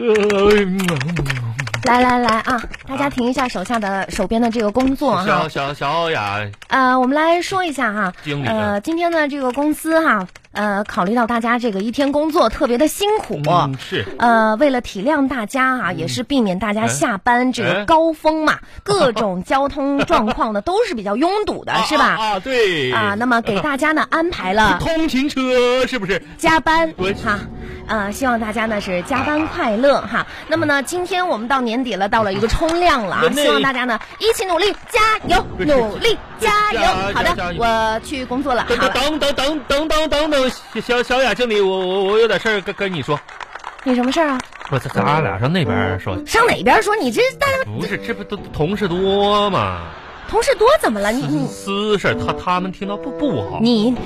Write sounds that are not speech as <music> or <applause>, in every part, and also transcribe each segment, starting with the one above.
嗯来来来啊，大家停一下手下的手边的这个工作哈小。小小雅呃，我们来说一下哈，经理呃，呢？今天呢这个公司哈，呃，考虑到大家这个一天工作特别的辛苦。嗯，是呃，为了体谅大家啊，也是避免大家哎下班这个哎 <laughs> 高峰嘛，各种交通状况呢都是比较拥堵的，是啊吧？啊，啊对啊，那么给大家呢安排了通勤车是不是？加班我哈。呃，希望大家呢是加班快乐哈。那么呢，今天我们到年底了，到了一个冲量了啊，那那希望大家呢一起努力，加油，不是努力，加 <laughs> 加油。油好加的，油我去工作了，等好了。等等等等等等等，小小小雅经理，我我我有点事儿跟跟你说，你什么事儿啊？不是咱俩上那边说，上哪边说？你这大家不是这不都同事多嘛，同事多怎么了？你你私事儿他他们听到不不好，你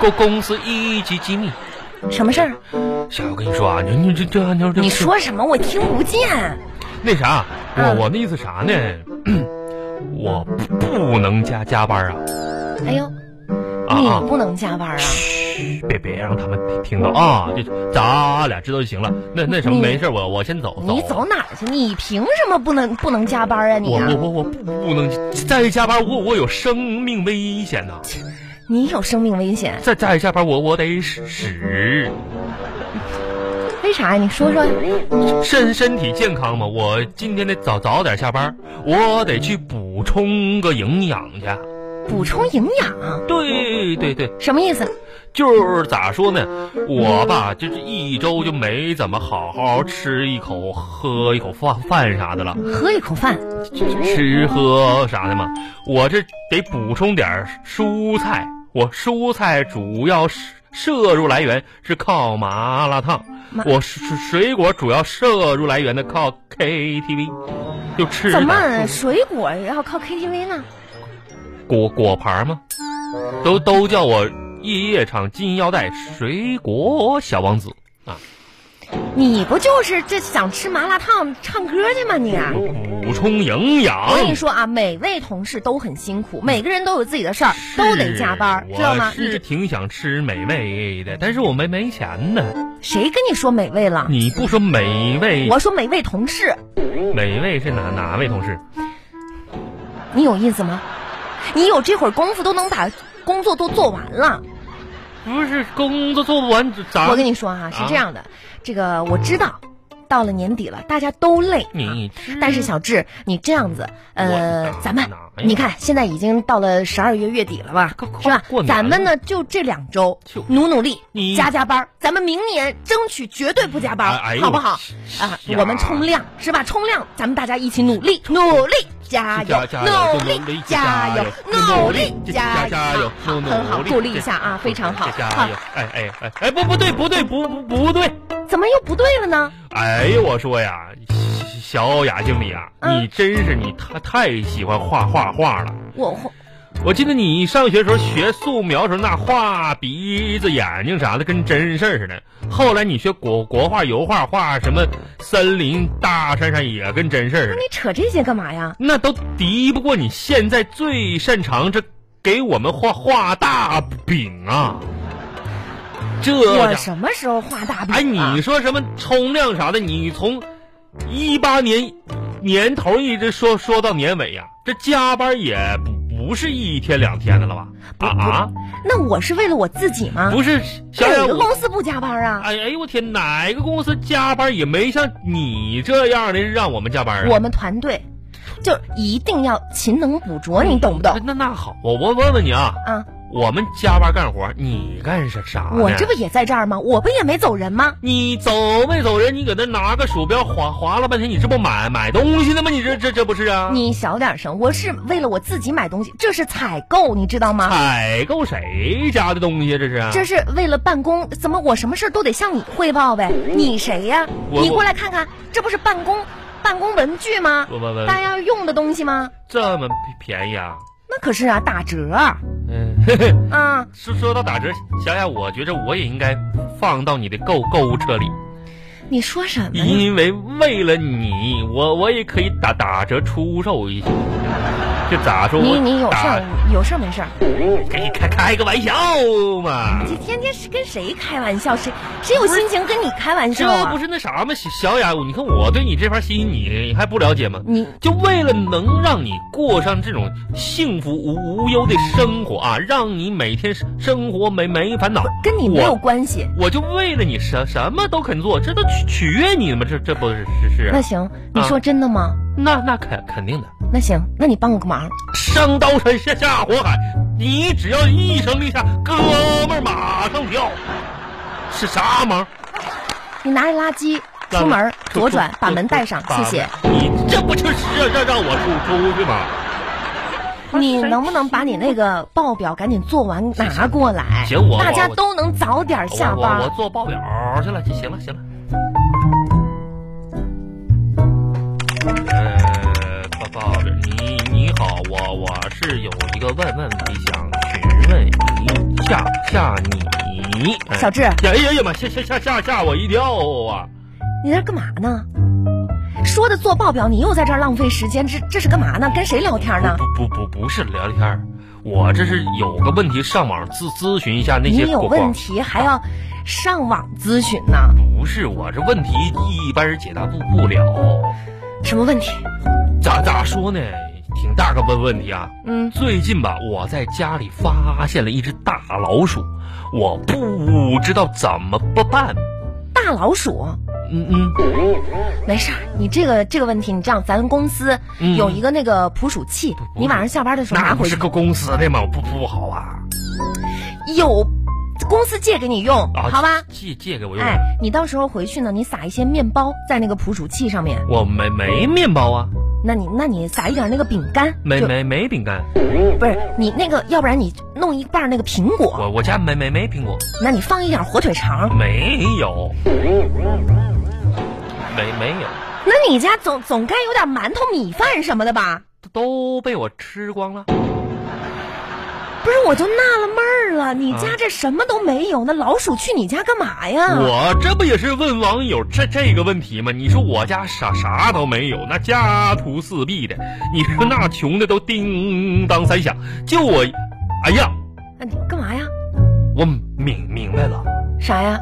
公公司一级机密。什么事儿？小雅，我跟你说啊，你你这这这这，你说什么？我听不见。那啥，嗯我我那意思啥呢？ <clears throat> 我不不能加加班啊哎呦，啊你啊！不能加班啊！别别让他们听到啊！就咱俩知道就行了。那那什么，你没事，我我先走。你走哪儿去？你凭什么不能不能加班啊？你我啊我我我不不能再加班，我我有生命危险呐、你有生命危险？再再加班，我我得使为啥呀？你说说。身身体健康嘛。我今天得早早点下班，我得去补充个营养去。补充营养，对对对，什么意思？就是咋说呢，我嗯吧，就是一周就没怎么好好吃一口、喝一口饭饭啥的了，喝一口饭，吃喝啥的嘛，我这得补充点儿蔬菜。我蔬菜主要是摄入来源是靠麻辣烫麻，我水水果主要摄入来源呢靠 KTV，就吃怎的么水果要靠 KTV 呢？果果盘嘛，都都叫我夜夜场金腰带水果小王子。你不就是这想吃麻辣烫唱歌去吗你、啊嗯补充营养。我跟你说啊，每位同事都很辛苦，每个人都有自己的事儿，是都得加班，知道吗？我是你挺想吃美味的，但是我没没钱呢。谁跟你说美味了？你不说美味，我说每位同事，美味是哪哪位同事？你有意思吗？你有这会儿功夫都能把工作都做完了。不是工作做不完，咋？我跟你说哈、啊是啊这样的，这个我知道，到了年底了，大家都累。你知但是小志，你这样子，呃嗯我，咱们哪呀你看，现在已经到了十二月月底了吧快，快是吧过？年了咱们呢，就这两周就努努力，你加加班儿，咱们明年争取绝对不加班哎哎儿，呦好不好？我啊，呀我们冲量是吧？冲量，咱们大家一起努力，努力加油，加加油努力加油油，努努力力加啊加加油好努努很好，力鼓励一下啊，非常好。加油！哎哎哎哎，不不对不对不不不对！好怎么又不对了呢？哎呀，我说呀，小雅经理啊，嗯你真是你太太喜欢画画画了。我我记得你上学时候学素描时候，那画鼻子、眼睛啥的，跟真事儿似的。后来你学国国画、油画，画什么森林、大山上也跟真事儿似的你，扯这些干嘛呀？那都敌不过你现在最擅长这给我们画画大饼啊！这我家什么时候画大饼哎，啊你说什么冲量啥的，你从一八年年头一直说说到年尾呀、这加班也不不是一天两天的了吧？啊啊！那我是为了我自己吗？不是，小哪冉，个我公司不加班啊？哎哎呦我天，哪个公司加班也没像你这样的让我们加班啊？我们团队就一定要勤能补拙，嗯你懂不懂？哎那那好，我我问问你啊，啊，我们加班干活，你干啥啥呢？我这不也在这儿嗯吗？我不也没走人吗？你走没走人？你搁那拿个鼠标划划拉半天，你这不买买东西呢吗？你这这这不是啊？你小点声，我是为了我自己买东西，这是采购，你知道啊吗？采购谁家的东西啊？这是啊？这是为了办公，怎么我什么事儿都得向你汇报呗？你谁呀、嗯我你过来看看，这不是办公办公文具吗？我问问，大家用的东西吗？这么便宜啊？那可是啊，打折啊！嗯，嘿嘿，啊 <laughs> 说说到打折，小雅，我觉着我也应该放到你的购购物车里。你说什么呀？因为为了你，我我也可以打打折出售一些。这咋说？嗯你你有事打儿有事儿没事儿？开开开个玩笑嘛，你天天是跟谁开玩笑？谁谁有心情跟你开玩笑这啊？不是那啥吗？小小雅，你看我对你这番心，你你还不了解吗？你就为了能让你过上这种幸福无无忧的生活啊，让你每天生生活没没烦恼，跟你没有我，关系。我就为了你什什么都肯做，这都取取悦你吗？这这不是是是那行，你啊说真的吗？那那肯肯定的，那行，那你帮我个忙。上刀山下下火海，你只要一声令下，哥们儿马上跳，是啥忙？你拿着垃圾出啊门，左转，把门带上，谢谢。。你这不就是让让让我出出去吗？你能不能把你那个报表赶紧做完拿过来？行我大家我我都能早点我下我班我。做报表去了，行了行了。呃，报报表，你你好，我我是有一个问问题想询问一下下你。哎小智，哎呀呀妈，吓吓吓吓吓我一跳啊！你在这干嘛呢？说的做报表，你又在这儿浪费时间，这这是干嘛呢？跟谁聊天呢？不不不不是聊天儿，我这是有个问题上网咨咨询一下那你些有广问题还要上网咨询呢？不是我这问题一般人解答不不了，什么问题？咋咋说呢？挺大个问问题啊！嗯，最近吧，我在家里发现了一只大老鼠，我不知道怎么不办。大老鼠。嗯嗯，没事儿，你这个这个问题，你这样，咱公司嗯有一个那个捕鼠器，不你晚上下班的时候拿那不回是去。个公司的吗？不不好啊！有，公司借给你用，啊，好吧？借借给我用。哎，你到时候回去呢，你撒一些面包在那个捕鼠器上面，我没没面包啊，那你那你撒一点那个饼干，没就没没饼干，不是你那个，要不然你弄一半那个苹果，我我家没没没苹果。那你放一点火腿肠，没有，没没有，那你家总总该有点馒头、米饭什么的吧？都被我吃光了。不是，我就纳了闷儿了，你啊家这什么都没有，那老鼠去你家干嘛呀？我这不也是问网友这这个问题吗？你说我家啥啥都没有，那家徒四壁的，你说那穷的都叮当三响，就我，哎呀，那你干嘛呀？我明明白了，啥呀？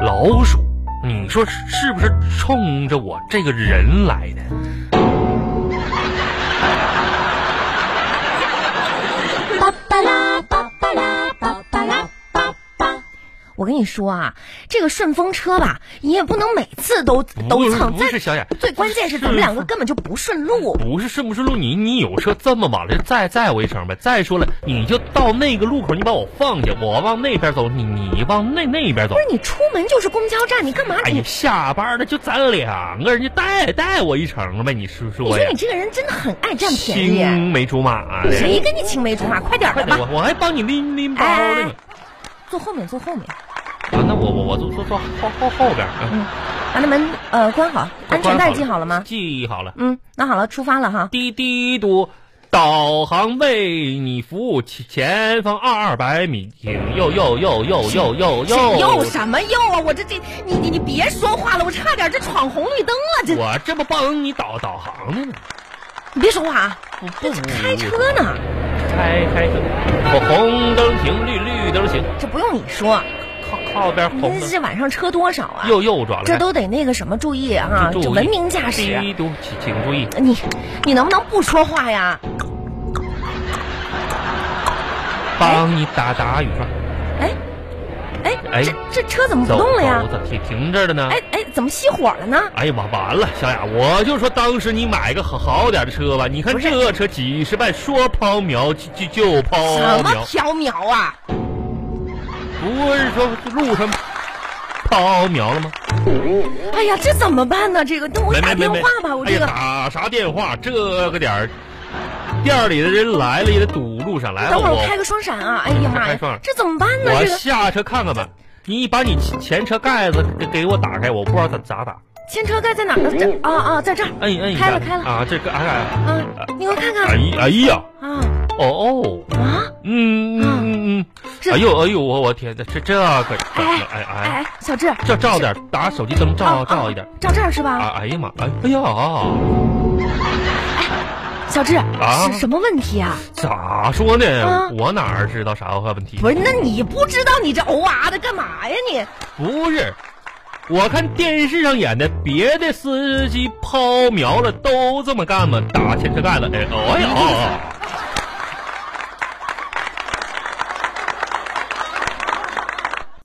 老鼠，你说是是不是冲着我这个人来的？巴巴拉巴巴拉巴巴拉巴巴。我跟你说啊，这个顺风车吧，你也不能每次都都蹭。不再是小雅，最关键是咱们两个根本就不顺路。不是顺不顺路，你你有车这么晚了，再载我一程呗。再说了，你就到那个路口，你把我放下，我往那边走，你你往那那边走不。是你出门就是公交站，你干嘛？哎你呀，下班了就咱两个人，就带带我一程呗。你说你说说呀啊你，这个人真的很爱占便宜。啊青梅竹马的，谁跟你青梅竹马？快点哎儿快的点，吧，我我还帮你拎拎包呢。坐后面，坐后面，啊，那我我我坐坐坐后后后边，嗯把那门呃关哦好，安全带系好了吗？系好了。嗯，那好了，出发了哈。滴滴嘟，导航为你服务，前前方二百米，请右右右右右右是右。又什么又啊！我这这你你你别说话了，我差点这闯红绿灯了，这我这不帮你导导航呢吗？你别说话啊！不不开车呢，开开车，我红灯行，绿绿灯行，这不用你说，靠靠边红您灯，这晚上车多少啊？右右转了。这都得那个什么注意啊，注意哎这文明驾驶。啊滴嘟，请请注意，你你能不能不说话呀？帮你打打雨刷。哎哎哎这这车怎么不走动了呀走？走，停停这儿了呢。哎哎，怎么熄火了呢？哎呀妈，完了，小雅，我就说当时你买个好好点的车吧，你看不是这车几十万，说抛锚就就就抛什么锚，飘渺啊？不是说路上抛锚了吗？哎呀，这怎么办呢？这个，那我没打没没电话没吧，我哎这呀个打啥电话？这个点儿，店里的人来了也得堵路上来了。等会儿我开我嗯个双闪啊！哎呀妈开呀双闪，这怎么办呢？我这个下车看看吧。你把你前车盖子给给我打开，我不知道咋咋打。前车盖在哪儿呢？这啊啊，在这儿摁一摁一下。开了开了啊，这个哎呀，啊，你给我看哎看呀哎呀，啊哦哦。啊！嗯嗯嗯嗯，这哎呦哎呦，我我天哪，这这可哎哎哎哎，哎哎，小志，照照点，打手机灯照啊照一点。，啊哎啊照这儿是吧？啊，哎呀妈，哎哎呀，小志，啊是什么问题啊？咋说呢啊？我哪儿知道啥文化问题？不是，那你不知道你这欧啊的干嘛呀你？不是，我看电视上演的，别哎的司机抛锚了都这么干吗？打前车盖子，哎，哦呀，